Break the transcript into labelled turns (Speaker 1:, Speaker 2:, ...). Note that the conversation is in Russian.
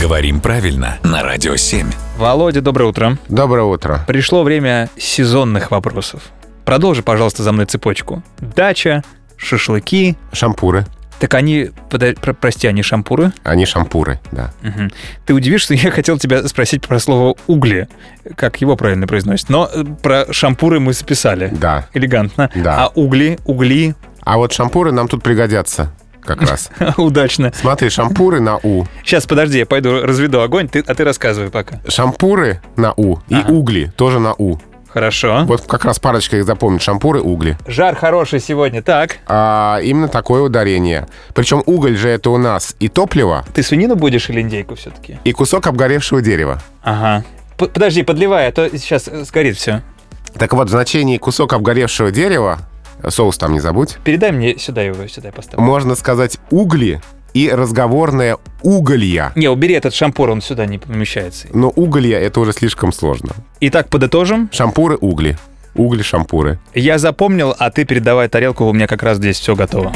Speaker 1: Говорим правильно на Радио 7.
Speaker 2: Володя, доброе утро.
Speaker 3: Доброе утро.
Speaker 2: Пришло время сезонных вопросов. Продолжи, пожалуйста, за мной цепочку. Дача, шашлыки.
Speaker 3: Шампуры.
Speaker 2: Так они, пода- про- прости, они шампуры.
Speaker 3: Они шампуры, да.
Speaker 2: Мгм. Ты удивишься, я хотел тебя спросить про слово угли, как его правильно произносят. Но э, про шампуры мы записали.
Speaker 3: Да.
Speaker 2: Элегантно.
Speaker 3: Да.
Speaker 2: А угли, угли,
Speaker 3: А вот шампуры нам тут пригодятся как раз.
Speaker 2: удачно.
Speaker 3: Смотри, шампуры на У,
Speaker 2: Сейчас, подожди, я пойду разведу огонь, ты, а ты рассказывай пока.
Speaker 3: шампуры на У и
Speaker 2: Ага.
Speaker 3: угли тоже на У.
Speaker 2: Хорошо.
Speaker 3: Вот как раз парочка их запомнит. Шампуры, угли.
Speaker 2: Жар хороший сегодня, так.
Speaker 3: А, именно такое ударение. Причем уголь же это у нас и топливо,
Speaker 2: Ты свинину будешь или индейку все-таки?
Speaker 3: и кусок обгоревшего дерева.
Speaker 2: Ага. П- подожди, подливай, а то сейчас э, сгорит все.
Speaker 3: Так вот, в значении кусок обгоревшего дерева, соус там не забудь,
Speaker 2: Передай мне сюда его, сюда я поставлю.
Speaker 3: можно сказать угли и разговорное уголья.
Speaker 2: Не, убери этот шампур, он сюда не помещается.
Speaker 3: Но уголья это уже слишком сложно.
Speaker 2: Итак, подытожим.
Speaker 3: Шампуры, угли. Угли, шампуры.
Speaker 2: Я запомнил, а ты передавай тарелку, у меня как раз здесь все готово.